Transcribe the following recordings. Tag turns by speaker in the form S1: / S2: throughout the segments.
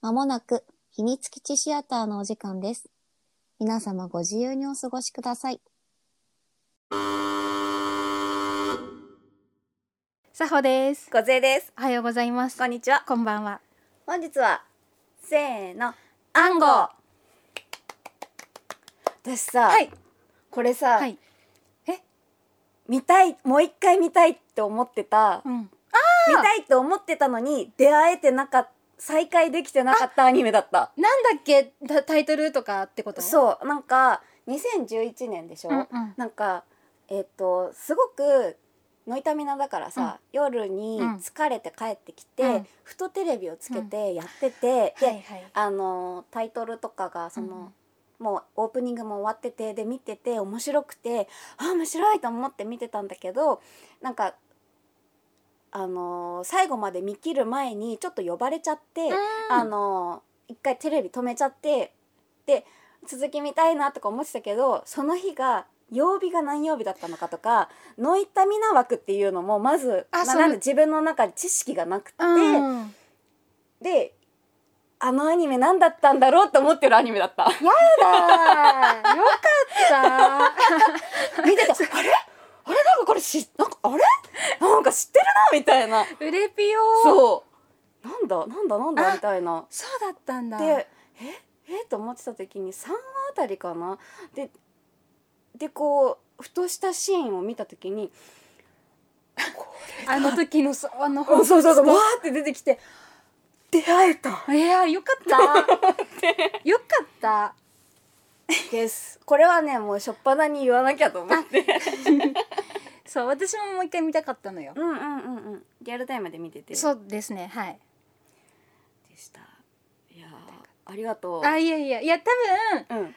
S1: まもなく秘密基地シアターのお時間です。皆様ご自由にお過ごしください。
S2: さほです。
S3: ごぜです。
S2: おはようございます。
S3: こんにちは。
S2: こんばんは。
S3: 本日はせーの暗号。私さ、
S2: はい
S3: これさ、
S2: はい。
S3: 見たいもう一回見たいって思ってた、
S2: ん。
S3: 見たいと思ってたのに出会えてなかった再会できてなかったアニメだった。
S2: なんだっけタタイトルとかってこと？う。
S3: そうなんか2011年でしょ。
S2: うんうん。
S3: なんかえっ、とすごくノイタミナだからさ、夜に疲れて帰ってきて、
S2: うん
S3: ふとテレビをつけてやってて、で、
S2: はい。
S3: あのタイトルとかがその、もうオープニングも終わっててで見てて面白くてあ面白いと思って見てたんだけどなんかあの最後まで見切る前にちょっと呼ばれちゃって、あの一回テレビ止めちゃってで続き見たいなとか思ってたけどその日が曜日が何曜日だったのかとかノイタミナ枠っていうのもまず
S2: あ
S3: まあ
S2: そう
S3: なんで自分の中で知識がなくて。
S2: うん。や
S3: であのアニメ何だったんだろうと思ってるアニメだった
S2: だー。よかっ
S3: 見ててあれあれなんかこれしなんかあれなんか知ってるなみたいな
S2: た。うれぴよー。う。
S3: そうなんだなんだなん
S2: あ
S3: だみたいな
S2: そうだったんだ。
S3: でええと思ってた時に3話あたりかなででこうふとしたシーンを見た時に
S2: あの時のそうあの
S3: そうそうそうわ
S2: う。
S3: ーって出てき て出会えた
S2: いやーよか った。よかった。
S3: ですこれはねもう初っ端に言わなきゃと思 って
S2: そう私ももう一回見たかったのよ。
S3: うんうんうんうんリアルタイムで見てて
S2: そうですねはい。
S3: でした。いやーありがとう。
S2: あいやいやいや多分
S3: うん。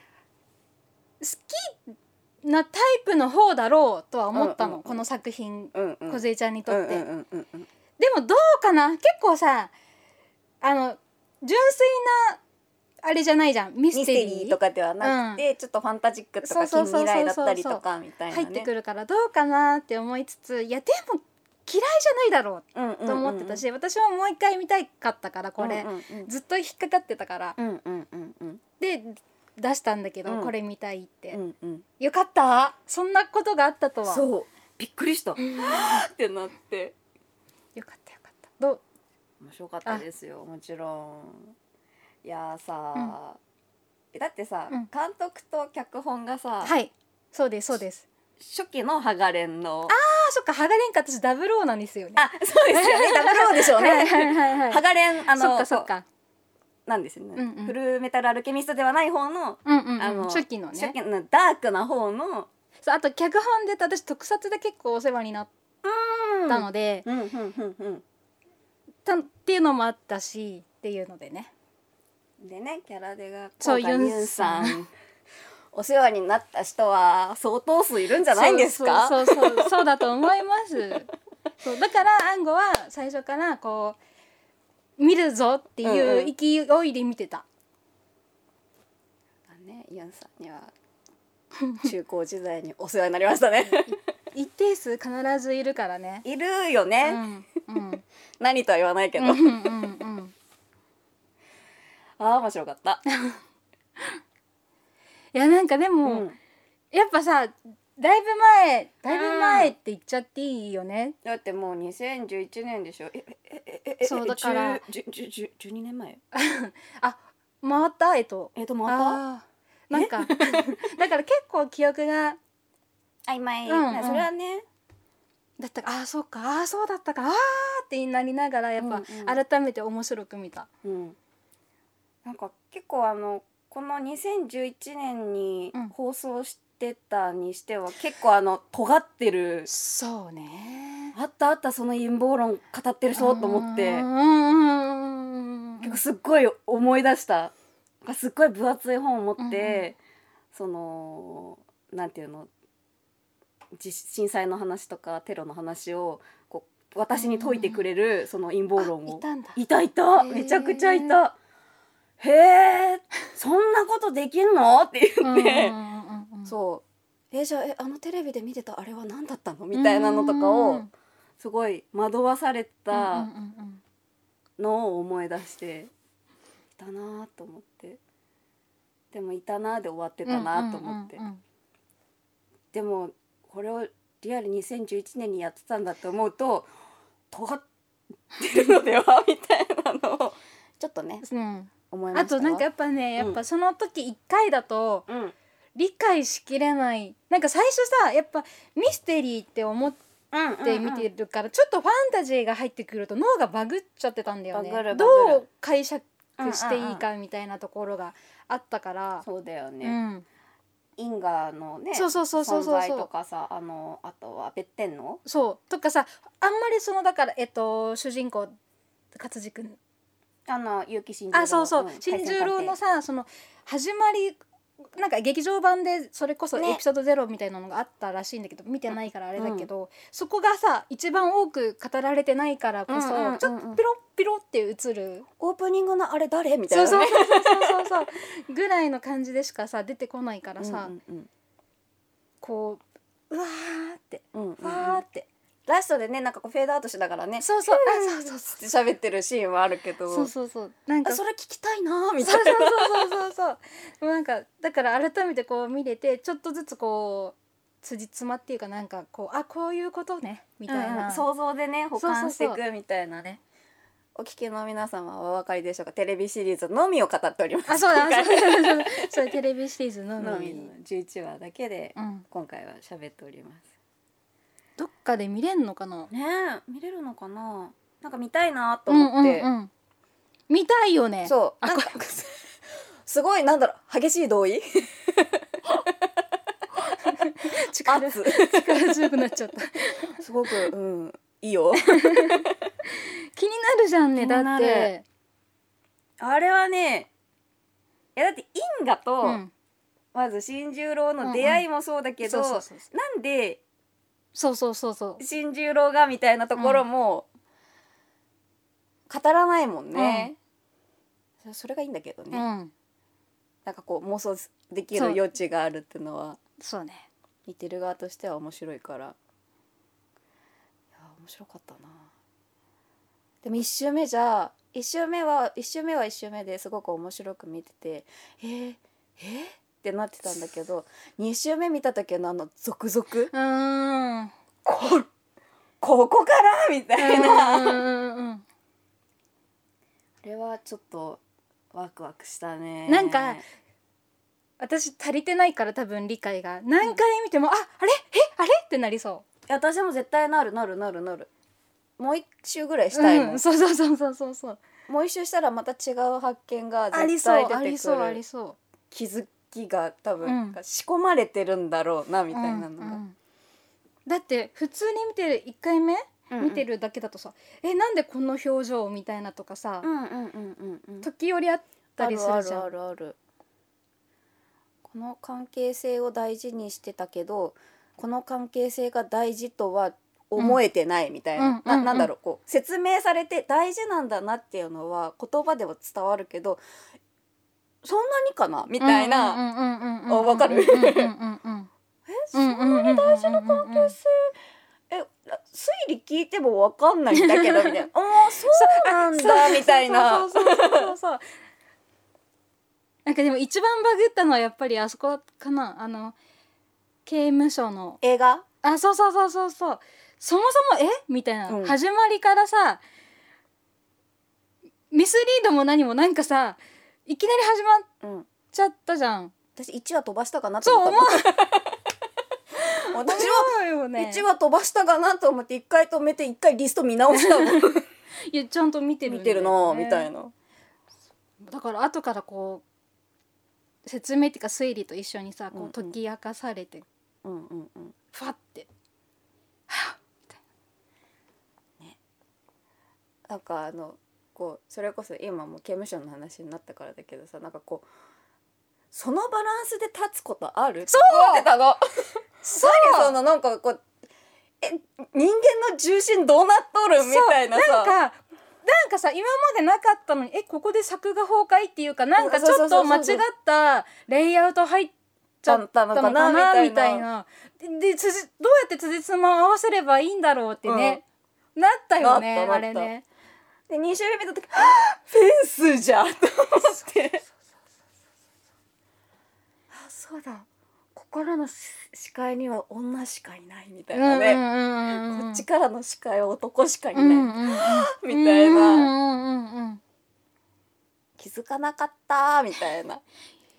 S2: 好きなタイプの方だろうとは思った
S3: うんうん
S2: の、
S3: うん
S2: この作品、
S3: うんうん。
S2: 小ちゃんにとって、
S3: うんうんうんうん
S2: でもどうかな結構さあの純粋なあれじゃないじゃんミ
S3: ミ
S2: ス
S3: ステ
S2: テ
S3: リー
S2: リー
S3: とかではなくて、ちょっとファンタジックと
S2: そう
S3: か
S2: そう
S3: 近
S2: そうそう
S3: 未来だったりとかみたいなね。
S2: 入ってくるからどうかなって思いつついやでも嫌いじゃないだろ
S3: うんうんうんう
S2: うんと思ってたし、私ももう一回見たいかったからこれ、
S3: うんうん
S2: ずっと引っかかってたから
S3: うんうんうんうん
S2: で出したんだけど、
S3: うん
S2: これ見たいって、
S3: うんうん。
S2: よかったそんなことがあったとは
S3: そう。びっくり した。ってなって。
S2: よかったよかったどう
S3: 面白かったですよ。もちろん。いやーさー。えだってさ、
S2: うん
S3: 監督と脚本がさ、
S2: はいそうですそうです
S3: 初期のハガレンの
S2: あそっかハガレンカ私ダブルオーなんですよね
S3: あそうですよ ねダブルオーでしょうね
S2: はいはいはいはい
S3: ハガレンあの
S2: そっかそっか
S3: なんですよね、
S2: うんうん
S3: フルメタルアルケミストではない方の,、
S2: うんうんうん
S3: あの
S2: 初期のね
S3: 初期のダークな方の、
S2: そうあと脚本で私特撮で結構お世話になったので、
S3: うんうんうんう
S2: たっていうのもあったしっていうのでね
S3: ん、でねキャラでが
S2: そう
S3: 今回
S2: ユンさん
S3: ユんお世話になった人は相当数いるんじゃないんですか
S2: そうそうそうそうそうだと思います そうだからアンゴは最初からこう見るぞって
S3: うんう
S2: いうん勢いで見てた、
S3: ねユンさんには中高時代にお世話になりましたね
S2: 一定数必ずいるからね
S3: いるよ
S2: う
S3: ね、
S2: んうん
S3: 何とは言わないけど、
S2: うんうんうん
S3: ああ面白かった、
S2: いやなんかでも、
S3: うん
S2: やっぱさだいぶ前だいぶ前って言っちゃっていいよね、
S3: だってもう2011年でしょえええええ
S2: そうだから
S3: 10 10 10 12年前
S2: あ回ったえっと
S3: えっとまた
S2: あーな んかだから結構記憶が
S3: 曖昧、
S2: うんうん
S3: それはね
S2: だったかあーそうかあーそうだったかあーってなりながらやっぱ、
S3: うんう
S2: 改めて面白く見た、
S3: うん、なんか結構あのこの2011年に
S2: うん
S3: 放送してたにしては、結構あの尖ってる
S2: そうね
S3: あったあったその陰謀論語ってる人と思っ
S2: う
S3: て
S2: んうんうんうん
S3: 結構すっごい思い出したなんかすっごい分厚い本を持って、そのなんていうの地震災の話とかテロの話をこう私に解いてくれる、その陰謀論
S2: あ
S3: を
S2: い。たんだ
S3: いたいた
S2: へー
S3: めちゃくちゃいたへえそんなこと できんのって言って、
S2: う
S3: そうえじゃあえあのテレビで見てたあれは何だったのみたいなのとかをすごい惑わされ
S2: うんうんうん
S3: たのを思い出してたなと思ってでもいたなで終わってたなと思って、
S2: うんうんうん
S3: でもこれをリアル2011年にやってたんだと思うと尖ってるのではみたいなのをちょっとね
S2: うん
S3: 思いま
S2: あ
S3: した
S2: と
S3: わ
S2: なんかやっぱねやっぱその時一回だと
S3: うん
S2: 理解しきれないなんか最初さやっぱミステリーって思って見てるからちょっとファンタジーが入ってくると脳がバグっちゃってたんだよね
S3: バグるバグる
S2: どう解釈していいかみたいなところがあったから
S3: そうだよ
S2: う
S3: ね、
S2: ん
S3: 因果のね
S2: そうそうそうそうそう
S3: 存在
S2: そ
S3: と
S2: う
S3: かさあのあとは別天の
S2: そうとかさあんまりそのだからえっと主人公勝地君
S3: あの結城新十郎
S2: あそうそう、
S3: ん
S2: 新十郎の
S3: 対
S2: さその始まりなんか劇場版でそれこそ
S3: ね
S2: エピソードゼロみたいなのがあったらしいんだけど、見てないからあれだけど、そこがさ一番多く語られてないからこそ、
S3: うんうんうんうん
S2: ちょっとピロッピロって映る、
S3: オープニングのあれ誰みたい
S2: そ
S3: な、
S2: う
S3: ね、
S2: そうそうそうそうそうぐらいの感じでしかさ出てこないからさ、
S3: うんうん
S2: こううわーって
S3: うんうんうん
S2: わーって、
S3: ラストでねなんかこうフェードアウトしながらね
S2: そうそうあそうそう
S3: って喋ってるシーンはあるけど
S2: そうそうそうなんか
S3: あそれ聞きたいな
S2: そうそうそう
S3: みたいな
S2: そうそうそうなんかだから改めてこう見れてちょっとずつこう辻褄っていうかなんかこうあこういうことねみ
S3: み
S2: たいな、
S3: 想像でね保管してい
S2: そうそ
S3: くみたいなねお聞きの皆様はお分かりでしょうかテレビシリーズのみを語っております
S2: あそうだ
S3: 今 回
S2: そうそうそうそれテレビシリーズのみ
S3: のみの11話だけで
S2: うん、
S3: 今回は喋っております
S2: どっかで見れんのかな
S3: ねえ見れるのかななんか見たいなと
S2: うん
S3: 思って、
S2: うんうん見たいよねう
S3: そう
S2: あ
S3: なん
S2: こ
S3: かすごいなんだろう激しい同意
S2: 力
S3: 圧
S2: 力強くなっちゃった
S3: すごくうんいいよ
S2: 気になるじゃん
S3: 気
S2: ね
S3: にな
S2: だ
S3: る
S2: って
S3: あれはねいやだって因果と、
S2: うん
S3: まず新十郎の出会いもそうだけど、
S2: そうそう
S3: なんで
S2: そうそうそうそう
S3: 新十郎がみたいなところも語らないもんね、そそれがいいんだけどね、
S2: うん
S3: なんかこう妄想できる余地があるっていうのは
S2: そうね
S3: 見てる側としては面白いからいや面白かったなでも1周目じゃ1周目は1周目は1周目ですごく面白く見ててえー、えー、ってなってたんだけど2周目見た時のあの続々
S2: うーん
S3: こここからみたいな、あ
S2: うんうんうんうん
S3: れはちょっとワクワクしたね
S2: なんか私足りてないから多分理解が何回見ても、ああれえあれってなりそ
S3: 私も絶対なるなるなるなるもう一周ぐらいうしたいもん、
S2: うん、そうそうそうそうそうそう
S3: もう一周したらまた違う発見が
S2: あり
S3: 絶
S2: そ
S3: 対
S2: うあ
S3: 出
S2: り
S3: てく
S2: そうあり
S3: る
S2: そ
S3: 気づきが多分、
S2: うん
S3: 仕込まれてるんだろうな
S2: う
S3: みたいなのが、
S2: うんうんだって普通に見てる1回目、
S3: うんうん
S2: 見てるだけだとさえなんでこの表情みたいなとかさ、
S3: うんうんうんうんうん
S2: 時折あったりするじゃん
S3: あるあるあるあるこの関係性を大事にしてたけどこの関係性が大事とは思えてないみたいな、
S2: うん
S3: な
S2: うんうん
S3: なんだろうこう説明されて大事なんだなっていうのは言葉では伝わるけどそんなにかなみたいな、え
S2: な
S3: あわかるそんなに大事な関係性え推理聞いてもわかんないんだけどみ たいなああそうなんだみたいな
S2: そうそうそうそうそうなんかでも一番バグったのはやっぱりあそこかなあの刑務所の
S3: 映画
S2: あそうそうそうそうそうそもそもえみたいな、
S3: うん
S2: 始まりからさミスリードも何もなんかさいきなり始まっ
S3: うん
S2: ちゃったじゃん
S3: 私1話飛ばしたかなと
S2: そう
S3: 思っ
S2: 思
S3: た
S2: う
S3: もん私は
S2: 思うよね
S3: 一話飛ばしたかなと思って一回止めて一回リスト見直したもん
S2: いやちゃんと見てる
S3: 見
S2: んだ
S3: て
S2: よ
S3: る
S2: ね
S3: なみたいな
S2: だから後からこう説明っていうか推理と一緒にさ
S3: うん
S2: こ
S3: う
S2: うん解き明かされて
S3: うんうんうん
S2: ファって
S3: なんかあのこうそれこそ今もう刑務所の話になったからだけどさなんかこうそのバランスで立つことあるそう思ってたの
S2: そう
S3: 何そのなんかこうえ人間の重心どうなっとるみたいな
S2: そう
S3: さ
S2: なんかなんかさ今までなかったのにえここで作画崩壊っていうかなんかち
S3: そ
S2: ょ
S3: う
S2: っ
S3: そう
S2: と
S3: そうそ
S2: 間
S3: う
S2: 違ったレイアウト入っちゃったの
S3: たの
S2: かなみたいなでつじどうやって辻褄を合わせればいいんだろうってね、なったよね
S3: なった
S2: あれ
S3: なっ
S2: ね
S3: で2週目見た時「あフェンスじゃん」と思ってあそうだここからの視界には女しかいないみたいなね、こっちからの視界は男しかいない、みたいな、
S2: な。
S3: 気づかなかったみたいな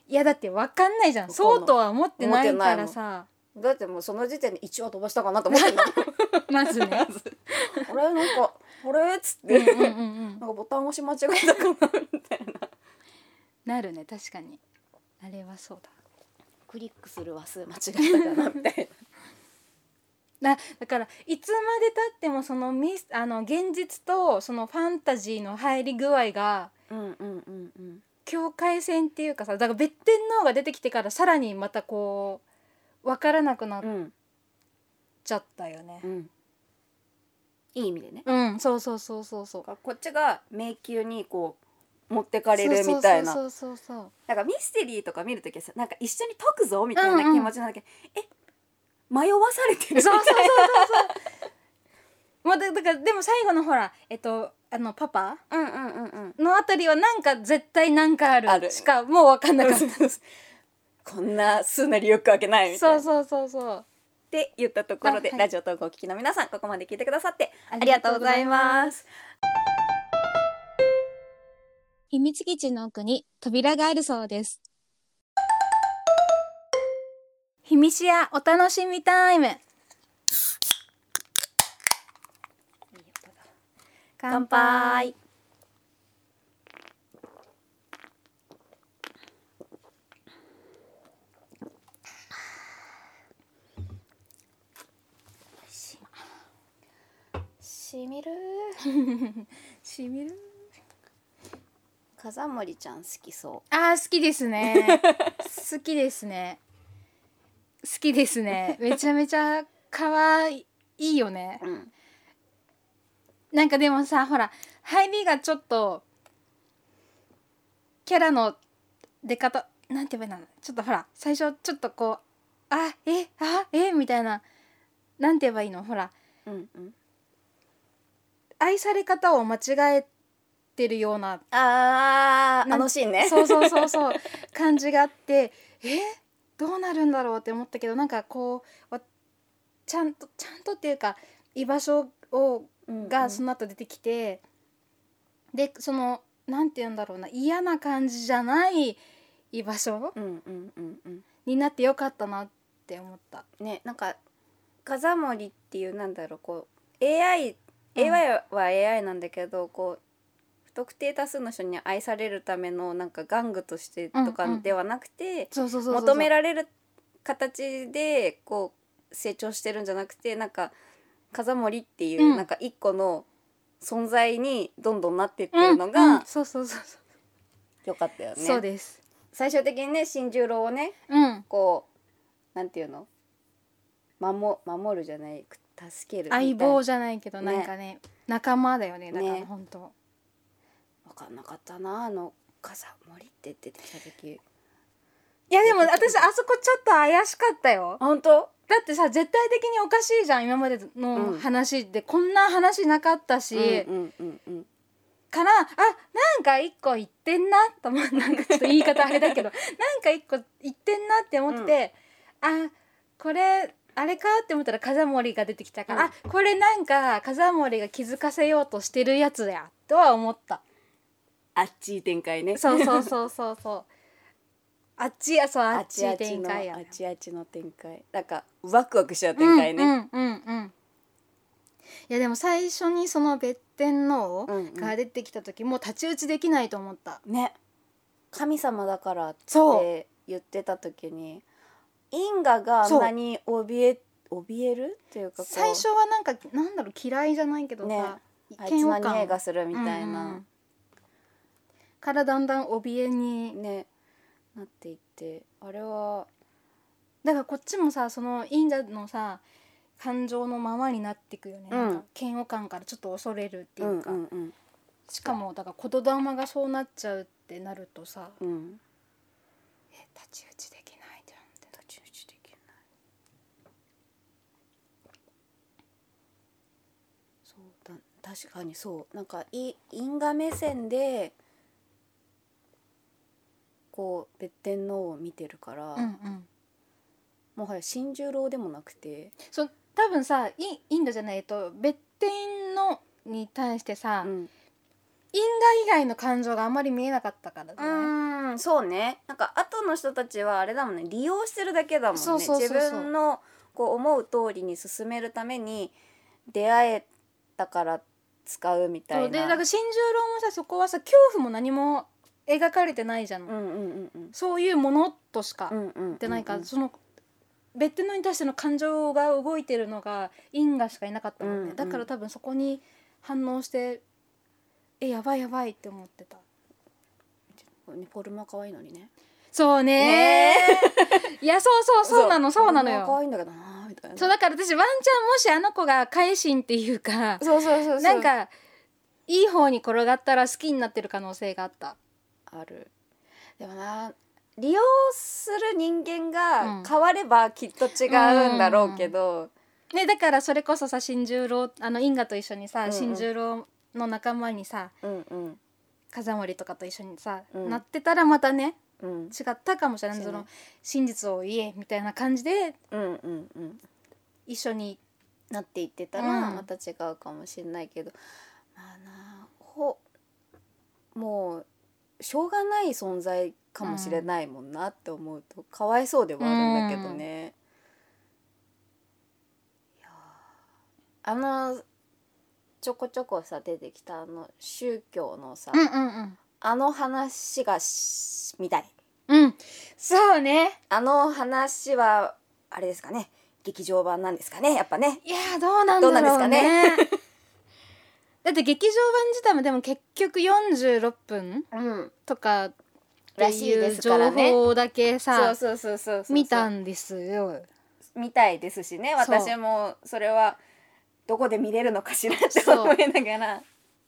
S3: い
S2: やだってわかんないじゃん。
S3: わかんな
S2: そ
S3: いう
S2: とは思ってないからさ。
S3: だってもうその時点で一話飛ばしたかなと思って た
S2: ま ずね。
S3: あれなんか「あれ?」っつって、
S2: うんうんうんうん
S3: なんかボタン押し間違えたかなみたいな
S2: なるね確かに。あれはそうだ。
S3: クリックする話数間違えたかなみたいな
S2: だだからいつまでたってもそのミスあの現実とそのファンタジーの入り具合が
S3: うんうんうんうん
S2: 境界線っていうかさだから別天皇が出てきてからさらにまたこう分からなくなっ
S3: うん
S2: ちゃったよね。
S3: うんいい意味でね
S2: うん、そうそうそうそうそう。
S3: こっちが迷宮にこう持ってかれるみたいな
S2: そうそうそうそう
S3: なんかミステリーとか見るときはさなんか一緒に解くぞみたいな気持ちなんだけど、え迷わされてる
S2: そう。
S3: みた
S2: そ
S3: いうな
S2: そうそうそう。まあ だだからでも最後のほらえっとあのパパ
S3: うんうんうんうん
S2: のあたりはなんか絶対なんかある
S3: ある
S2: しかもう分かんなかった。
S3: こんなすんなりよくわけないみたいな
S2: そうそうそうそう。
S3: って言ったところで、
S2: あはい
S3: ラジオ投稿をお聞きの皆さんここまで聞いてくださって
S2: あ
S3: ありがとうございます
S1: 秘密基地の奥に扉があるそうです。
S2: す。秘密やお楽しみタイム。
S3: 乾
S2: 乾杯
S3: 杯。しみる
S2: しみる。
S3: 風森ちゃん好きそ
S2: あー好きです ね好きですね好きですねめちゃめちゃ可愛いよね
S3: ううん
S2: なんかでもさほら入りがちょっとキャラの出方なんて言えばいいのちょっとほら最初ちょっとこうあえあえみたいななんて言えばいいのほら
S3: うんうん
S2: 愛され方を間違えてるような
S3: あー
S2: な
S3: あ
S2: ん
S3: のシーンね
S2: そうそうそうそう感じがあってえどうなるんだろうって思ったけどなんかこうわちゃんとちゃんとっていうか居場所を
S3: うん
S2: がその後出てきて、でそのなんて言うんだろうな嫌な感じじゃない居場所
S3: うんうんうんうん
S2: になってよかったなって思った。
S3: ねなんか風森っていうなんだろうこう AI, AI は AI なんだけど、こう不特定多数の人に愛されるためのなんか玩具としてとか
S2: うんうん
S3: ではなくて、
S2: そうそうそうそう
S3: 求められる形でこう成長してるんじゃなくてなんか風森っていう
S2: うん
S3: なんか一個の存在にどんどんなってって
S2: う
S3: る
S2: ん
S3: の
S2: うん
S3: が
S2: そうそうそうそ
S3: 良かったよ
S2: う、
S3: ね。
S2: そうです。
S3: 最終的にね新十郎をね
S2: うん
S3: こうなんていうの守守るじゃないく助けるみたい
S2: 相
S3: な
S2: 棒じゃないけど
S3: ね
S2: なんかね仲間だよねだから
S3: ね
S2: 本当。
S3: 分かんなかったなあの笠森って出てきた時
S2: いやでも私あそこちょっと怪しかったよ
S3: 本当
S2: だってさ絶対的におかしいじゃん今まで
S3: う
S2: の
S3: ん
S2: 話で、こんな話なかったし、
S3: うんうんうんうん
S2: からあなんか一個言ってんなと思ってなんかちょっと言い方あれだ けどなんか一個言ってんなって思って、あこれあれかって思ったら風森が出てきたか
S3: う
S2: ら、
S3: ん
S2: あこれなんか風森が気づかせようとしてるやつやとは思った
S3: あっちい展開ね
S2: そ うそうそうそうそうあっちやそう
S3: あ
S2: あっ
S3: っ
S2: ち
S3: ちあっち
S2: 展
S3: のあ
S2: 開や
S3: っちあっちの展開なんかワクワクしちゃう展開
S2: う
S3: ね
S2: んうんうんうんいやでも最初にその別天皇
S3: うんうん
S2: が出てきた時、もう太刀打ちできないと思った
S3: ね神様だからっ
S2: そう
S3: て言ってた時に因果があんなに怯え怯えるっていうかこう
S2: 最初はなんかなんだろう嫌いじゃないけどさ、
S3: ねあいつ
S2: 嫌
S3: 何
S2: 悪感
S3: 映画するみたいな、
S2: うんうんうんからだんだん怯えに
S3: ねなっていってあれは
S2: だからこっちもさそのインダのさ感情のままになっていくよね、
S3: うん
S2: なんか嫌悪感からちょっと恐れるっていうか、
S3: うんうん
S2: しかもだから言霊がそうなっちゃうってなるとさ
S3: うんうん
S2: え太刀打ちできないじゃんって
S3: 太刀打ちできないそうだ太確かにそうなんかい因果目線でこう別天皇を見てるから、
S2: うんうん、
S3: もはや新十郎でもなくて、
S2: そう多分さインインドじゃないえっと別天のに対してさ、
S3: うん、
S2: 因果以外の感情があんまり見えなかったからじゃない、
S3: うんそうねなんか後の人たちはあれだもんね利用してるだけだもんね
S2: そうそうそうそう
S3: 自分のこう思う通りに進めるために出会えたから使うみたい
S2: そ
S3: な
S2: うでだから新十郎もさそこはさ恐怖も何も描かれてないじゃん、
S3: うんうんうんうん
S2: そういうものとしか
S3: う
S2: 言っ
S3: んうんうん
S2: てないから、その別天皇に対しての感情が動いてるのが因果しかいなかったもんね、
S3: うんうん
S2: だから多分そこに反応してえやばいやばいって思ってた
S3: フォルマ可愛いのにね
S2: そうねーいやそうそうそうなのそうなの
S3: フォルマ可
S2: よ
S3: 愛いんだけどなみたいな
S2: そうだから私ワンチャンもしあの子が改心っていうか
S3: そうそうそうそう
S2: なんかいい方に転がったら好きになってる可能性があった
S3: あるでもな利用する人間
S2: うん
S3: が変わればきっと違うんだろうけど、
S2: ね、だからそれこそさ新十郎あの因果と一緒にさ、
S3: うんうん
S2: 新十郎の仲間にさ
S3: うん、うん
S2: 風森とかと一緒にさ、
S3: うん
S2: なってたらまたね
S3: うん
S2: 違ったかもしれない
S3: そう
S2: そ
S3: ね
S2: の真実を言えみたいな感じで
S3: うんうんうん
S2: 一緒に
S3: なっていってたら
S2: うん
S3: また違うかもしれないけど、まあなほもうしょうがない存在かもしれないもんなって思うとかわいそうではあるんだけどね。いやーあのちょこちょこさ出てきたあの宗教のさ、
S2: うんうん
S3: あの話がし見たい
S2: うんうんそうね
S3: あの話はあれですかね劇場版なんですかねやっぱね
S2: いやーどうなんだろ
S3: ど
S2: う
S3: う
S2: ね
S3: な
S2: だって劇場版自体もでも結局46分
S3: うん
S2: とかって
S3: らしい
S2: い
S3: で
S2: う
S3: すから
S2: 情
S3: ね
S2: 報だけ
S3: そ
S2: さ
S3: うそうそうそうそう
S2: 見たんですよ。
S3: みたいですしね
S2: そう
S3: 私もそれはどこで見れるのかしらって
S2: そう
S3: 思いながら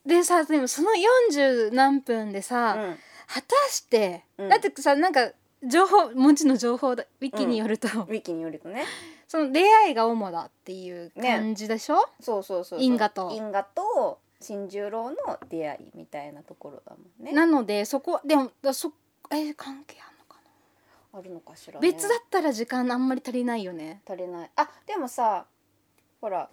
S2: でさでもその40何分でさ、
S3: うん
S2: 果たして、
S3: うん
S2: だってさなんか情報文字の情報だウィキによると、
S3: ウィキによるとね
S2: その恋愛が主だっていう感じでしょ、
S3: そうそうそうそう
S2: 因果と
S3: 因果と新十郎の出会いみたいなところだもんね
S2: なのでそこでもだそえ関係あんのかな、
S3: あるのかしら、ね、
S2: 別だったら時間あんまり足りないよね
S3: 足りないあでもさほら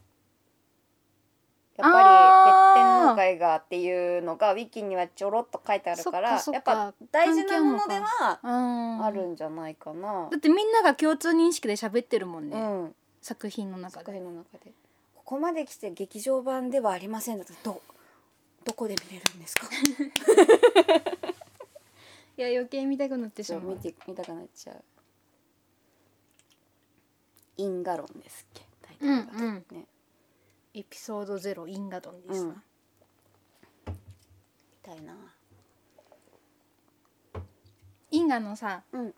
S3: やっぱり別天皇会がっていうのがウィキにはちょろっと書いてあるから
S2: そっ
S3: やっ
S2: か
S3: ぱ大事なもので
S2: 関
S3: は
S2: うん
S3: あるんじゃないかな
S2: だっ。てみんなが共通認識で喋ってるもんね、
S3: うん
S2: 作品の中
S3: 作
S2: で
S3: 品の中でここまで来て劇場版ではありませんだとどどこで見れるんですか
S2: いや余計見たくなってし
S3: そ
S2: ま
S3: う見
S2: う
S3: て見たくなっちゃう因果論ですっけタイトルが
S2: うんうん
S3: ね
S2: エピソードゼロインガドン
S3: う
S2: です、
S3: んみたいな
S2: インガのさ
S3: うん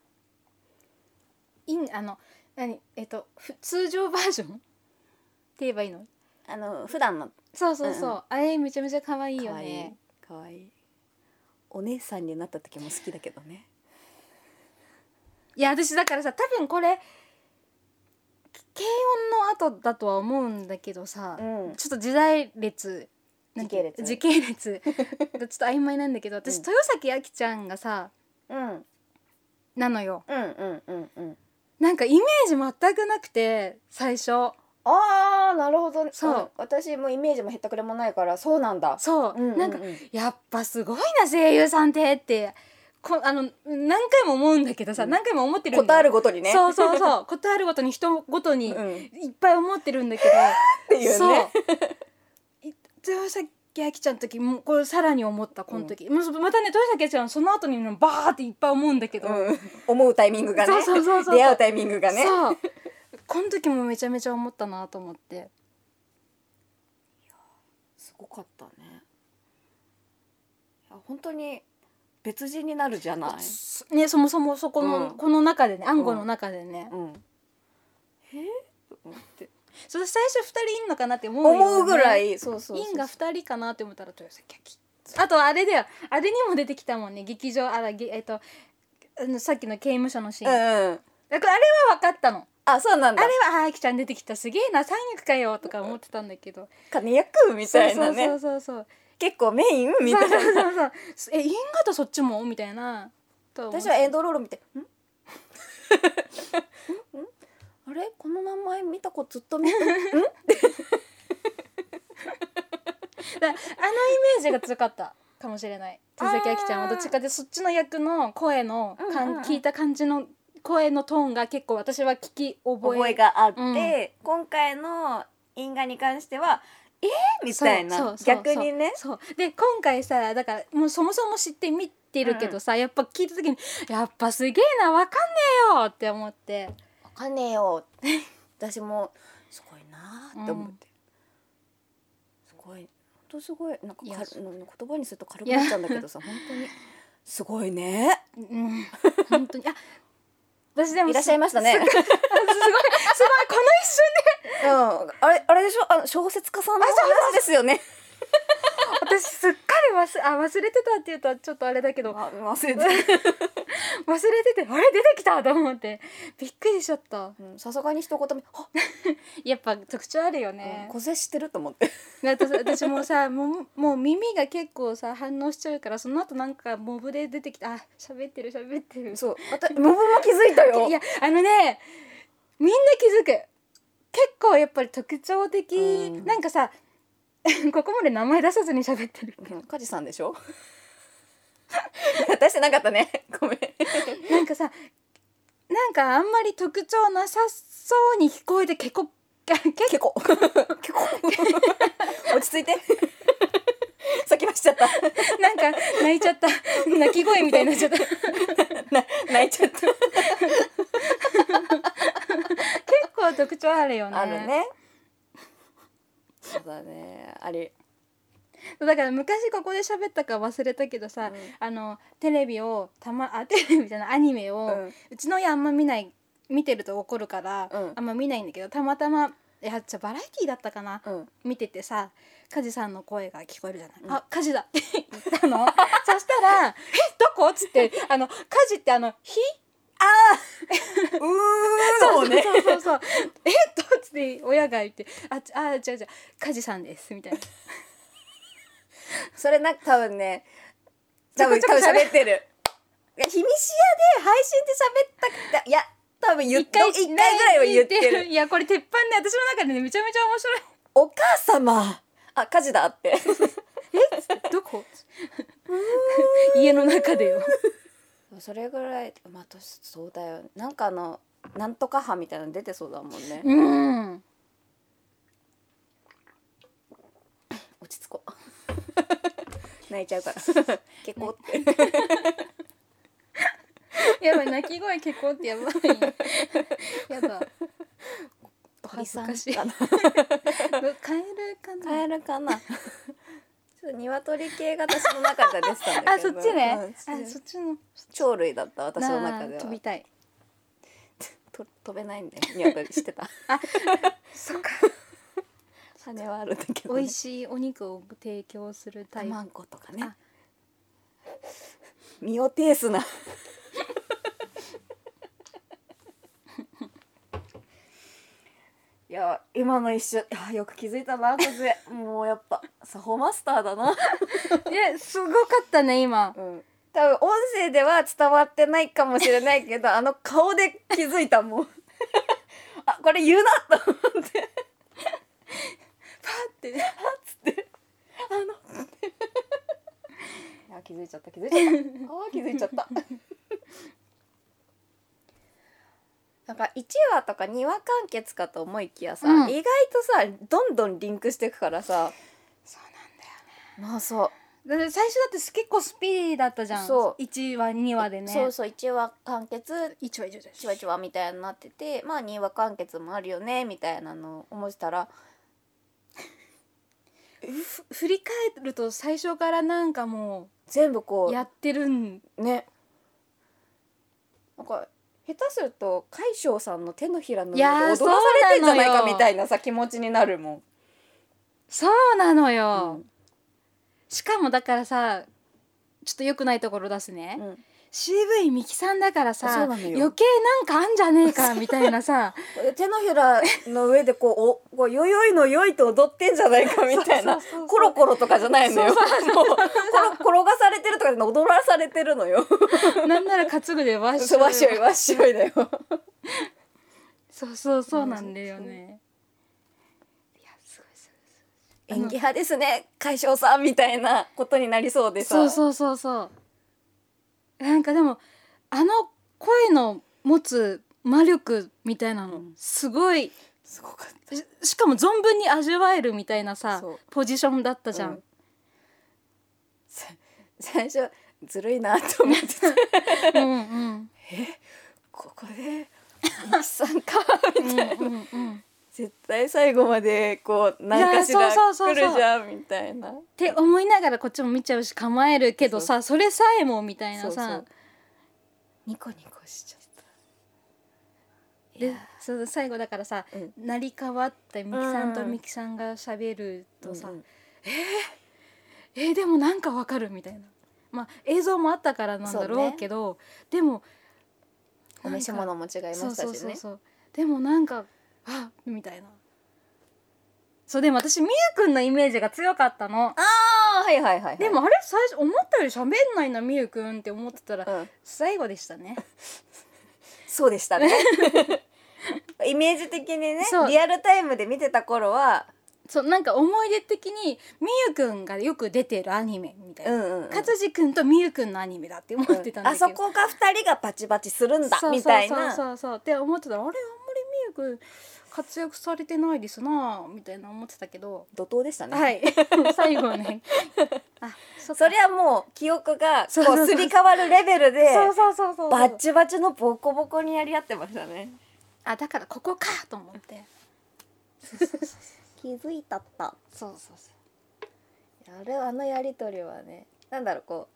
S2: インあの何えっとふ通常バージョンって言えばいいの
S3: あの普段の
S2: そうそうそう、
S3: うんうん
S2: あれめちゃめちゃ可愛い
S3: 可
S2: よ
S3: 愛い
S2: ね
S3: 可愛いお姉さんになった時も好きだけどね
S2: いや私だからさ多分これ軽音の後だとは思うんだけどさ、
S3: うん
S2: ちょっと時代列なん
S3: 時
S2: て
S3: 系列
S2: 時 系列がちょっと曖昧なんだけど私、
S3: うん
S2: 豊崎あきちゃんがさ
S3: うんうん
S2: なのよ
S3: うんうんうん
S2: なんかイメージ全くなくて最初
S3: ああなるほど
S2: そうん
S3: 私もイメージもへったくれもないからそうなんだ
S2: そう,、
S3: うんうんうん
S2: なんかやっぱすごいな声優さんってってこあの何回も思うんだけどさ、
S3: うん
S2: 何回も思ってるんだ
S3: ことあるごとにね
S2: そうそうそうことあるごとに人ごとにい
S3: う
S2: っ
S3: ん
S2: ぱい思ってるんだけど、
S3: っていう
S2: そう
S3: ね。
S2: い豊崎あきちゃんの時もうこれさらに思ったこの時、もうまたね豊崎あきちゃんはその後にもバーっていっぱい思うんだけど、
S3: うん、思うタイミングがね
S2: そうそうそうそう
S3: 出会うタイミングがね
S2: そうこの時もめちゃめちゃ思ったなと思って
S3: すごかったねいや本当に別人になるじゃない、
S2: ねそもそもそこの、
S3: うん
S2: この中でね暗号の中でね、
S3: うん、えと思って
S2: それ最初二人いんのかなって思うよね
S3: 思うぐらいそうそうそう
S2: インが2人かなって思ったら豊崎あきあとあれだよあれにも出てきたもんね劇場あらげえっとあのさっきの刑務所のシーン、
S3: うんうん
S2: だからあれは分かったの
S3: あそうなん
S2: あ
S3: だ
S2: れはああきちゃん出てきたすげえな三役かよとか思ってたんだけど
S3: 金役みたいなね
S2: そうそうそうそう
S3: 結構メインみ
S2: そ
S3: た
S2: う
S3: いな
S2: そうそうそうそうえインガとそっちもみたいなと思っ
S3: 私はエンドロール見て「んんんあれこの名前見た子ずっと見て
S2: だあのイメージが強かったかもしれない
S3: あー
S2: 佐々木あきちゃんはどっちかでそっちの役の声のかん
S3: うんうんうん
S2: 聞いた感じの声のトーンが結構私は聞き覚え
S3: 覚えがあって、今回の因果に関しては「えー、みたい
S2: そ
S3: な
S2: うそうそう
S3: 逆にね
S2: そうで今回さだからもうそもそも知って見てるけどさ、やっぱ聞いた時にやっぱすげえなわかんねえよって思って
S3: 「わかんねえよ」私もすごいなーって思って、すごいほんとすごいなんか
S2: いや
S3: か
S2: そ
S3: 言葉にすると軽くなっちゃうんだけどさ本当にすごいね
S2: うん本当にあ私でも
S3: いらっしゃいましたね。う
S2: す
S3: ん
S2: ごい、すごいこの一瞬
S3: あれあれでしょあの小説家さんの話ですよ ね。
S2: 私すっかり忘れあ忘れてたっていうとちょっとあれだけど
S3: あ 忘れてた
S2: 忘れててあれ出てきたと思ってびっくりしちゃった
S3: うんさすがに一言目「あ
S2: やっぱ特徴あるよね
S3: うん、小勢してると思って。
S2: あとさ私もさもうもう耳が結構さ反応しちゃうからその後なんかモブで出てきたあ喋ってる喋って る
S3: そう。私もも気づいたよ。
S2: いやあのねみんな気づく結構やっぱり特徴的、
S3: うん
S2: なんかさここまで名前出さずに喋ってる
S3: うんカジさんでしょ。 出してなかったね。ごめん。
S2: なんかさなんかあんまり特徴なさそうに聞こえて結構 結
S3: 結構結構落ち着いて。先走っちゃった。
S2: なんか泣いちゃ った泣き声みたいになっちゃった結
S3: な泣いちゃっ
S2: 構特徴あるよね
S3: た。あるね。そうだね。あり。
S2: だから昔ここで喋ったか忘れたけどさ、
S3: うん
S2: あのテレビをたまあテレビじゃないアニメを、
S3: う
S2: うんちの親あんま見ない見てると怒るから、
S3: うん
S2: あんま見ないんだけどたまたまいやじゃあバラエティだったかな、
S3: うん。
S2: 見ててさカジさんの声が聞こえるじゃない、
S3: うん
S2: あカジ だって言ったのそした ら「えどこ?」っつってあのカジってあの「火
S3: うー
S2: そ
S3: ん。
S2: う
S3: ね。
S2: そうそうそう 「えっと」っつって親が言って「あちあ違う違うカジさんです」みたい な
S3: それなんか多分ね
S2: ち
S3: 多
S2: ょこ
S3: 分
S2: ちょこ
S3: 多
S2: 喋
S3: 分喋ってるいや「ひみしや」で配信で喋ったいや多分言っ
S2: 一
S3: 一回
S2: 回
S3: 一回ぐらいは言ってる
S2: いやこれ鉄板で私の中でねめちゃめちゃ面白い
S3: 「お母様あ火事だ」って
S2: どこ 家の中でよ
S3: それぐらいまあ年そうだよなんかあのなんとか派みたいなの出てそうだもんね
S2: うん
S3: 落ち着こう泣いちゃう から結構って
S2: やばい泣き声結構ってやばいやだお恥ずかしい
S3: か
S2: カ
S3: な
S2: エルか
S3: カ
S2: な
S3: エルかなちょっと鶏系が私の中で出てたんだ
S2: あ
S3: け
S2: そっ
S3: ど
S2: ちねあ
S3: うん
S2: そっちの
S3: 鳥類だった私の中で
S2: なあ
S3: は
S2: 飛 びたい
S3: と飛べないんだよ 鶏してた
S2: そっか
S3: 羽はあるんだけど、
S2: 美味しいお肉を提供するタイプ
S3: 卵とかね
S2: あ
S3: 身をてーすないや今の一瞬いやよく気づいたな風もうやっぱサホマスターだな、
S2: いやすごかったね今
S3: うん、多分音声では伝わってないかもしれないけどあの顔で気づいたもん あこれ言うなと思って
S2: パって
S3: あの いや気づいちゃった気づいちゃったあー気づいちゃった なんか1話とか2話完結かと思いきやさ、
S2: うん
S3: 意外とさどんどんリンクしていくからさ
S2: そう
S3: まあそう
S2: なんだよだって最初だって結構スピーディーだったじゃん
S3: そう
S2: 1話2話でね
S3: そうそう1話完結
S2: 一話一話一
S3: チワチワみたいになっててまあ2話完結もあるよねみたいなのを思ってたら
S2: ふ振り返ると最初からなんかも
S3: 全部こ
S2: うやってるん
S3: うねなんか下手すると海翔さんの手のひらの上で
S2: いやー
S3: 踊らされてんじゃない
S2: そうな
S3: か
S2: のよ
S3: みたいなさ気持ちになるもん。
S2: そうなの
S3: う
S2: よ、
S3: ん
S2: しかもだからさちょっと良くないところ出すね、
S3: うん
S2: CV ミキさんだから
S3: そ
S2: さ
S3: うなのよ
S2: 余計なんかあんじゃねえかみたいなさ
S3: 手のひらの上でこうおこうよよいのよいと踊ってんじゃないかみたいな
S2: そうそうそうそう
S3: コロコロとかじゃないのよもうコロ転がされてるとかじゃなくて踊らされてるのよ
S2: なんなら担ぐでわっしょい
S3: わっしょいわっしょいだよ
S2: そうそうそうなんだよねいやすごいす
S3: 演技派ですね解消さんみたいなことになりそう
S2: ご
S3: で
S2: い
S3: さ
S2: そうそうそうそうなんかでもあの声の持つ魔力みたいなの、
S3: うん
S2: すごい
S3: すごかっ
S2: ししかも存分に味わえるみたいなさ
S3: そう
S2: ポジションだったじゃん、
S3: うんさ 最初ずるいなと思ってて
S2: うんうん
S3: ここでミキさんか
S2: うんうんうん
S3: 絶対最後までこう何かし
S2: い
S3: ら
S2: やそうそうそ
S3: 来
S2: うそう
S3: るじゃんみたいな
S2: って思いながらこっちも見ちゃうし構えるけどさそれさえもみたいなさ
S3: ニコニコしちゃったい
S2: で
S3: や
S2: その最後だからさ、
S3: うん
S2: 成り代わってミキさんと
S3: うん
S2: ミキさんが喋るとさ、
S3: うん
S2: えーでもなんかわかるみたいなまあ映像もあったからなんだろうけどでも
S3: お召し物も違いま
S2: そう
S3: した
S2: そう
S3: し
S2: そう
S3: ね
S2: そうでもなんかあみたいなそうでも私みゆくんのイメージが強かったの
S3: ああはいはいはいはい
S2: でもあれ最初思ったより喋んないなみゆくんって思ってたら、
S3: うん
S2: 最後でしたね
S3: そうで したねイメージ的にね
S2: そう
S3: リアルタイムで見てた頃は
S2: そうなんか思い出的にみゆくんがよく出てるアニメみたいうな、
S3: んうんうん
S2: 勝地くんとみゆくんのアニメだって思ってたんだ
S3: あ
S2: けど、
S3: そこが二人がバチバチするんだ
S2: そう
S3: みたいな
S2: そうそうそうそうって思ってたらあれあんまりみゆくん活躍されてないですなぁみたいな思ってたけど、
S3: 怒涛でしたね、
S2: はい 最 後ねあそっか
S3: それはもう記憶がこ
S2: そうそうそう
S3: うすり替わるレベルで
S2: そうそうそうそう
S3: バチバチのボコボコにやり合ってましたね
S2: あだからここかと思って
S3: 気づいたった
S2: そうそうそ
S3: あれあのやり取りはねなんだろうこ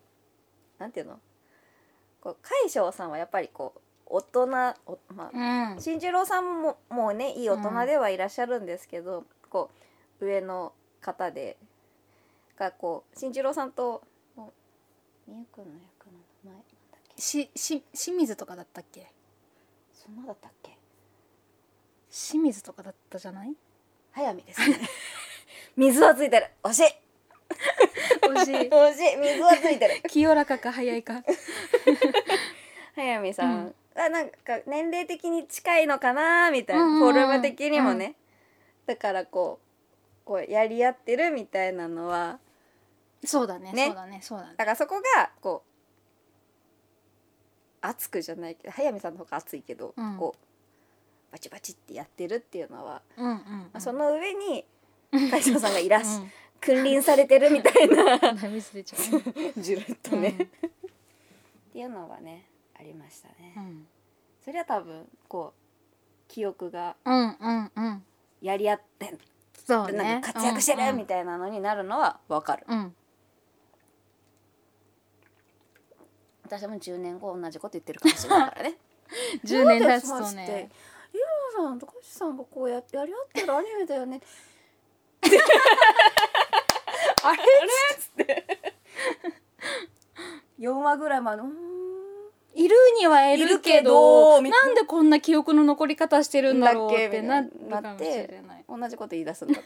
S3: うなんていうのこう海翔さんはやっぱりこう大人おまあ
S2: ううん
S3: 新次郎さんももうねいい大人ではいらっしゃるんですけど、こう上の方でがこう新次郎さんとこうみゆくんの役の名前なんだっけ
S2: しし清水とかだったっけ
S3: そんなだったっけ
S2: 清水とかだったじゃない
S3: 早見です ね水はついてる惜しい
S2: 惜しい
S3: 惜しい水はついてる
S2: 清らかか早いか
S3: 早見さ
S2: うん
S3: んがなんか年齢的に近いのかなみたいな、
S2: うんうん
S3: フ
S2: う
S3: ォ
S2: ん
S3: ルム的にもね、だからこうこうやり合ってるみたいなのは
S2: そうだね
S3: ね
S2: そうだねそうだね
S3: だからそこがこう熱くじゃないけど早見さんの方が熱いけど、
S2: うん
S3: こうバチバチってやってるっていうのは、
S2: うんうん
S3: まあ、その上 に海翔さんがい
S2: だ
S3: らし、君臨されてるみたいな
S2: 水出ちゃうね
S3: じゅるっとね、っていうのはねありましたね。
S2: うん
S3: それは多分こう記憶が
S2: うんうんうん
S3: やり合ってん
S2: そうね
S3: なんか活躍してるみ
S2: た
S3: たいなのになるのはわかる、
S2: いなうん
S3: 私も10年後同じこと言ってるかもしれないから ね
S2: 10年経つとね
S3: ユウさんとコシさんがこうややり合ってるアニメだよ ねあれっつって4話ぐらいまでうーん
S2: いるにはいるけ
S3: い
S2: ど
S3: るけどみ
S2: なんでこんな記憶の残り方してるんだろう
S3: だっけ
S2: って
S3: み
S2: な
S3: たい
S2: る
S3: な
S2: かもしれない
S3: 同じこと言い出すんだ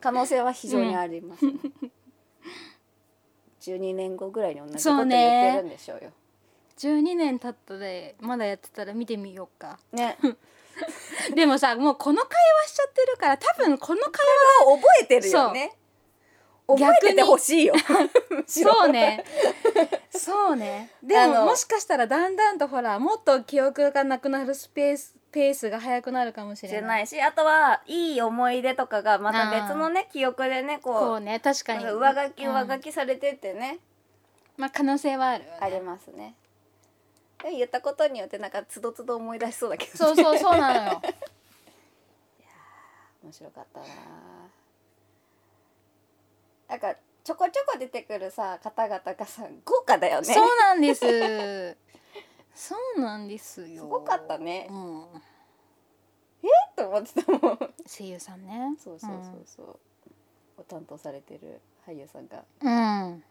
S3: 可能性は非常にあります、ね 12年後ぐらいに同じこと言ってるんでしょうよ
S2: 12年経ったでまだやってたら見てみようか
S3: ね
S2: でもさもうこの会話しちゃってるから多分この会
S3: 覚えてるよね
S2: そう
S3: 覚えててほしいよむしろ
S2: そうね そうねで
S3: あ
S2: も
S3: の
S2: もしかしたらだんだんとほらもっと記憶がなくなるスペースペースが速くなるかも し
S3: じ
S2: れ
S3: ゃ
S2: な
S3: ないいしあとはいい思い出とかがまた別のね記憶でね
S2: そ
S3: こ
S2: う
S3: う
S2: ね確かに
S3: 上書き上
S2: う
S3: 書
S2: ん
S3: きされてってね、
S2: まあ可能性はあるよね
S3: ありますねでも言ったことによってなんかつどつど思い出しそうだけど、ね、
S2: そうそうそうなのよ
S3: 面白かったななんかちょこちょこ出てくるさ方々がさ豪華だよね
S2: そうなんです そうなんですよ
S3: すごかったね
S2: うん、
S3: と思ってたもん
S2: 声優さんね
S3: そうそうそうそう、お担当されてる俳優さんが
S2: うん、うん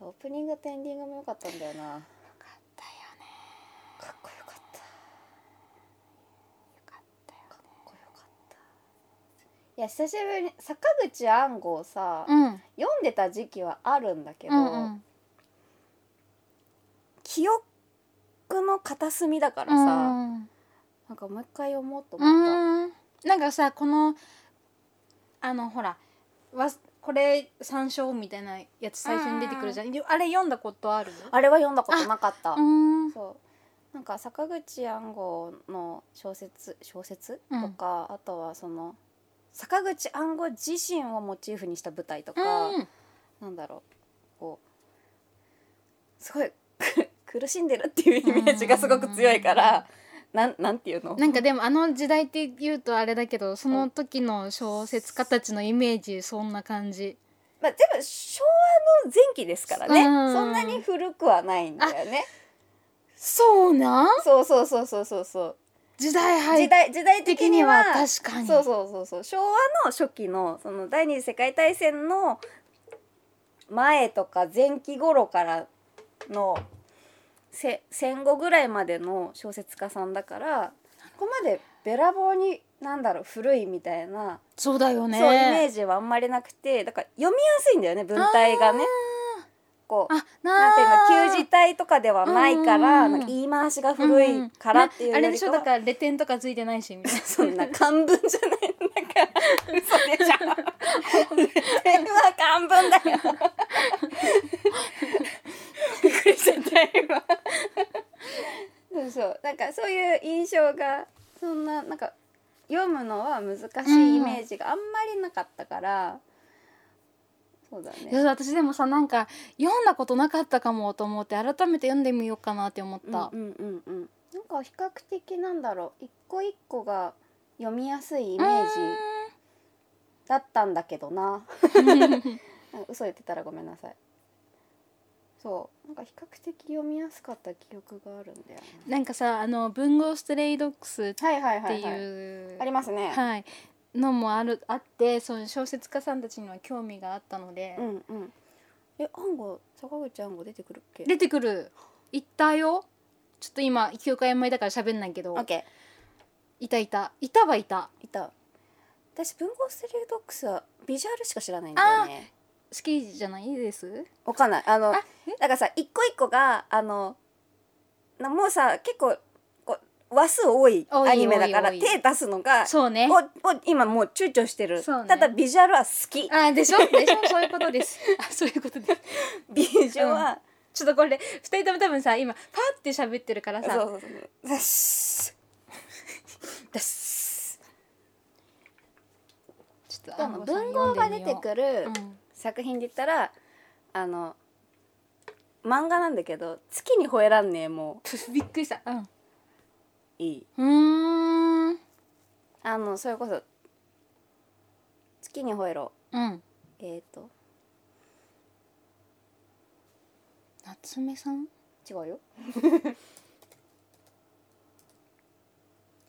S3: オープニングとエンディングも良かったんだよな
S1: だよね
S3: かっこよかった
S1: よかったよ
S3: かっこよかったいや久しぶりに坂口安吾をさ、
S1: うん
S3: 読んでた時期はあるんだけど、
S1: うんうん
S3: 記憶の片隅だからさ、
S1: うん
S3: なんかもう一回読もうと
S1: う
S3: 思っ
S1: ん
S2: なんかさこのあのほらわこれ参照みたいなやつ最初に出てくるじゃんあれ読んだことある
S3: た、あれは読んだことなかった、
S1: うん
S3: そうなんか坂口安吾の小説小説、
S1: うん
S3: とかあとはその坂口安吾自身をモチーフにした舞台とか、なんだろうこうすごいく 苦しんでるっていうイメージがすごく強いから、なんなんていうの
S2: なんかでもあの時代って言うとあれだけどその時の小説家たちのイメージそんな感じ
S3: まあ、でも昭和の前期ですからね、
S2: うん
S3: そんなに古くはないんだよね
S2: そうなん
S3: そうそうそうそうそうそう
S2: 時代背
S3: 時
S2: 景
S3: 代時代的
S2: 的
S3: に
S2: に
S3: は
S2: は確かに
S3: そうそうそうそう昭和の初期のその第二次世界大戦の前とか前期頃からのせ戦後ぐらいまでの小説家さんだからここまでべらぼうになんだろう古いみたいな、
S2: そうだよね
S3: そうイメージはあんまりなくてだから読みやすいんだよね文体がね。こう
S2: あ
S3: なんていうの
S2: ー
S3: 旧字体とかではないから、
S2: うんうんう
S3: な
S2: ん
S3: んか言い回しが古いからっていうよ
S2: あ
S3: りかは
S2: れでしょだからレ点とかついてないしみたいな
S3: そんな漢文じゃないんだから嘘でしょ電話漢文だよびっくりしちゃった今そうそうなんかそういう印象がそんななんか読むのは難しいイメージがあんまりなかったから、そうだ
S2: いや
S3: ね
S2: 私でもさなんか読んだことなかったかもと思って改めて読んでみようかなって思っ
S3: うんう
S2: た、
S3: んうんうんなんか比較的なんだろう一個一個が読みやすいイメージだったんだけどななんか 嘘言ってたらごめんなさいそうなんか比較的読みやすかった記憶があるんだよね
S2: なんかさあの「文豪ストレイドックス」って
S3: はいはいはい、はい、
S2: いう、
S3: ありますね、
S2: はい、のもあるあってそういう小説家さんたちには興味があったので、
S3: うんうんえ暗号坂口暗号出てくるっけ
S2: 出てくるいたよちょっと今記憶曖昧だから喋んないけど
S3: オッケ
S2: いたいたいたはいた
S3: ーいた私文豪ステレオドックスはビジュアルしか知らないんだよね
S2: 好きじゃないです
S3: わかんないあの
S2: あ
S3: だからさ一個一個があのなもうさ結構こう話数多い
S2: 多い
S3: アニメだから
S2: 多い
S3: 手
S2: 多い
S3: 出すのが
S2: そうね
S3: おお今もう躊躇してる、
S2: そうね
S3: ただビジュアルは好き
S2: あでしょでしょそういうことです あそういうことです
S3: ビジュアルは、
S2: ちょっとこれ二人とも多分さ今パッて喋ってるから
S3: そう
S2: さ
S3: そうそう。だっす。だっす。
S2: ちょっと
S3: で
S2: あ
S3: も
S2: の
S3: 文豪が出てくる作品で言ったら、あの漫画なんだけど「月に吠えらんねえ」も
S2: うん、びっくりしたうん
S3: いいう
S2: ーん
S3: あのそれこそ「月に吠えろ
S2: うん」
S3: えっ、と
S2: 夏目さん
S3: 違うよ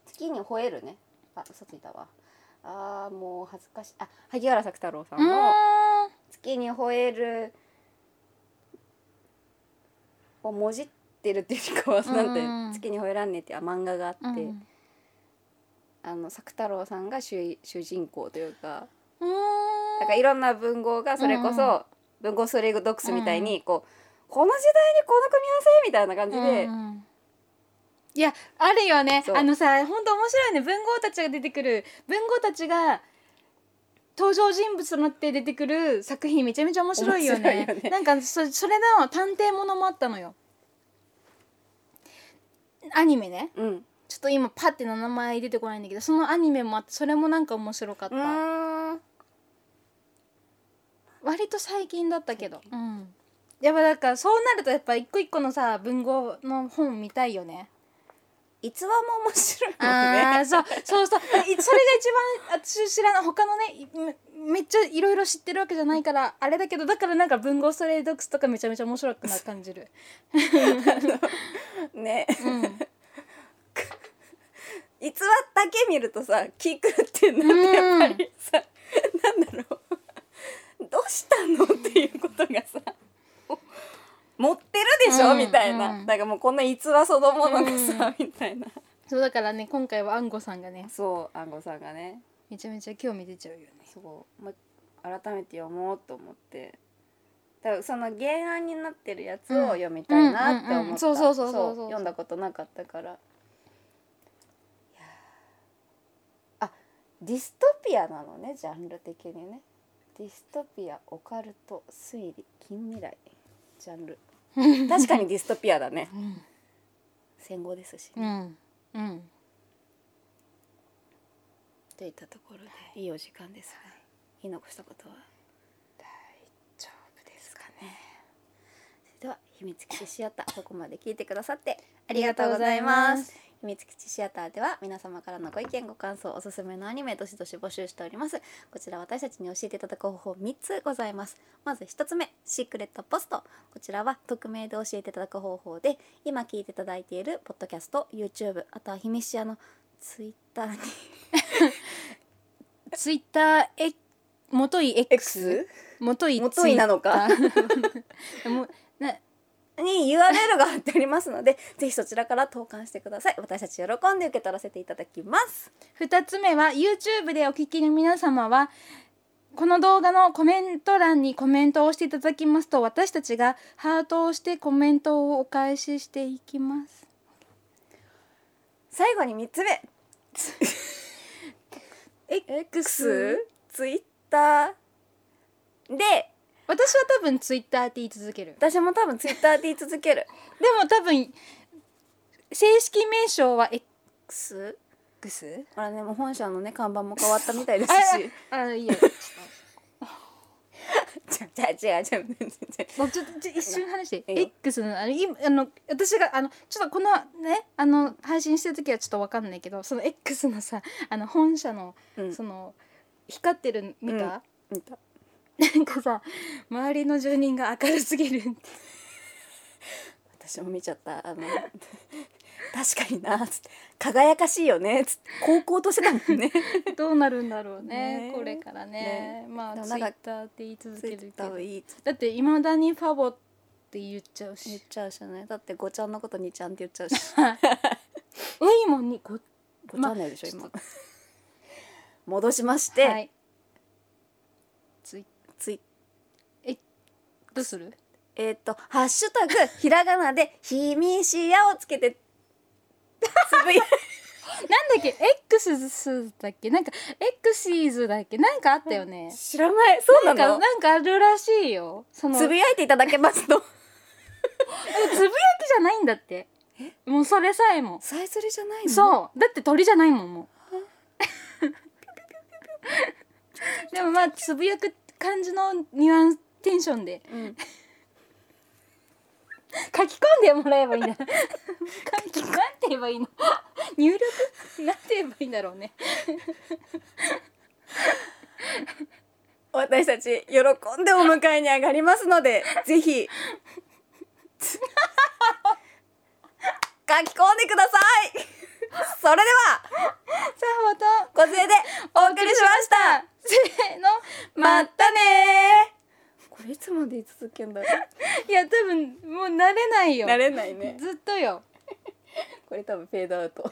S3: 月に吠えるねあ嘘ついたわあーもう恥ずかしいあ萩原作太郎さんの
S2: う
S3: 月に吠えるをもじってるっていうかはなんて、
S2: うん
S3: 月に吠えらんねえっていう漫画があ
S2: ーん
S3: って、あの作太郎さんが主主人公というか
S2: うん
S3: なんかいろんな文豪がそれこ
S2: うん
S3: そ文豪ストレイドックスみたいにこう、この時代にこの組み合わせみたいな感じで、
S2: うんいやあるよね
S3: そう
S2: あのさ本当面白いね文豪たちが出てくる文豪たちが登場人物となって出てくる作品めちゃめちゃ面白いよね
S3: 面白いよね
S2: なんかそそれの探偵ものもあったのよアニメね
S3: うん
S2: ちょっと今パッて名前出てこないんだけどそのアニメもあってそれもなんか面白かっ
S3: う
S2: た、
S3: ーん
S2: 割と最近だったけど、うん、やっぱだからそうなるとやっぱ一個一個のさ文豪の本見たいよね
S3: 逸話も面白いもんね。
S2: あーそうそう そうえそれが一番私知らない他のねいめめっちゃいろいろ知ってるわけじゃないからあれだけどだからなんか文豪ストレイドックスとかめちゃめちゃ面白くな感じる、
S3: ね
S2: うん、
S3: 逸話だけ見るとさ気狂ってんだよね
S2: うん
S3: やっぱりさ なんだろうどうしたのっていうことがさ持ってるでしょ、
S2: うん
S3: みたいな、
S2: うん
S3: だからもうこの逸話そのものが
S2: う
S3: さ、みたいな
S2: そうだからね今回は安吾さんがね
S3: そう安吾さんがね
S2: めちゃめちゃ興味出ちゃうよね
S3: そう、ま、改めて読もうと思ってだからその原案になってるやつを読みたいなって
S2: うんうんうんう
S3: 思
S2: ん
S3: った
S2: そうそうそうそうそう
S3: 読んだことなかったからいやーあディストピアなのねジャンル的にねディストピアオカルト推理近未来ジャ ンル確かにディストピアだね
S2: うん
S3: 戦後ですし、
S2: うんうん
S3: といったところでいいお時間ですね、言い残したことは大丈夫ですかねそれでは秘密基地シアターここまで聞いてくださってありがとうございます秘密基地シアターでは皆様からのご意見ご感想おすすめのアニメどしどし募集しておりますこちら私たちに教えていただく方法3つございますまず1つ目シークレットポストこちらは匿名で教えていただく方法で今聞いていただいているポッドキャスト YouTube あとは秘密シアの Twitter に
S2: ツイッター X 元い X 元い
S3: 元いなのか
S2: もうな
S3: に URL が貼っておりますので ぜひそちらから投函してください私たち喜んで受け取らせていただきます
S2: 2つ目は YouTube でお聞きの皆様はこの動画のコメント欄にコメントをしていただきますと私たちがハートをしてコメントをお返ししていきます
S3: 最後に3つ目
S2: X
S3: X ツイッターで
S2: 私は多分 Twitter って言い続けるで
S3: 私も多分ツイッターで言い続ける
S2: も多分正式名称は
S3: X
S2: X?
S3: あれねもう本社のね看板も変わったみたいです
S2: あ
S3: し
S2: あいいよ
S3: じゃじゃじゃじゃ
S2: もうちょっとちょ一瞬話して
S3: いいよ
S2: X のあの今あの私があのちょっとこのねあの配信してる時はちょっとわかんないけどその X のさあの本社の
S3: うん
S2: その光ってる見た、
S3: 見た
S2: なんかさ周りの住人が明るすぎ る
S3: 私も見ちゃったあの 確かになつって輝かしいよねつって高校としてたもん ね
S2: どうなるんだろうね
S3: ね
S2: これからねまあ
S3: でも
S2: ツ
S3: な
S2: イ
S3: んか
S2: ッターって言い続
S3: ツイ
S2: け
S3: ッ
S2: るけ
S3: ター
S2: ど
S3: をいいつ
S2: だっていまだにファボって言っちゃう
S3: 言っ
S2: し
S3: ちゃうしねだってごちゃんのことにちゃんって言っちゃ うし
S2: え今にこ
S3: ごちゃんないでしょ、今 戻しまして、
S2: はいツイ
S3: ツイ
S2: どうする
S3: えーっと「ハッシュタグひらがなでひみしや」をつけてつぶや
S2: なんだっけ X スだっけなんか X ーズだっけなんかあったよね
S3: 知らないそうな
S2: なんか
S3: の
S2: なんかあるらしいよその
S3: つぶやいていただけますと
S2: つぶやきじゃないんだってもうそれさえも
S3: さえずりじゃないのう
S2: そうだって鳥じゃないも んもうでもまあつぶやく感じのニュアンステンションで
S3: うん
S2: 書き込んでもらえばいいんだ 書き込んで言えばいいの入力なんて言えばいいんだろうね
S3: 私たち喜んでお迎えに上がりますのでぜ ひ書き込んでくださいそれでは
S2: さあまた
S3: こちらでお送りしました
S2: せーのま
S3: ま
S2: あ
S3: たねーこれいつまで言い続けんだろう
S2: いや多分もう慣れないよ
S3: 慣れないね
S2: ずっとよ
S3: これ多分フェードアウト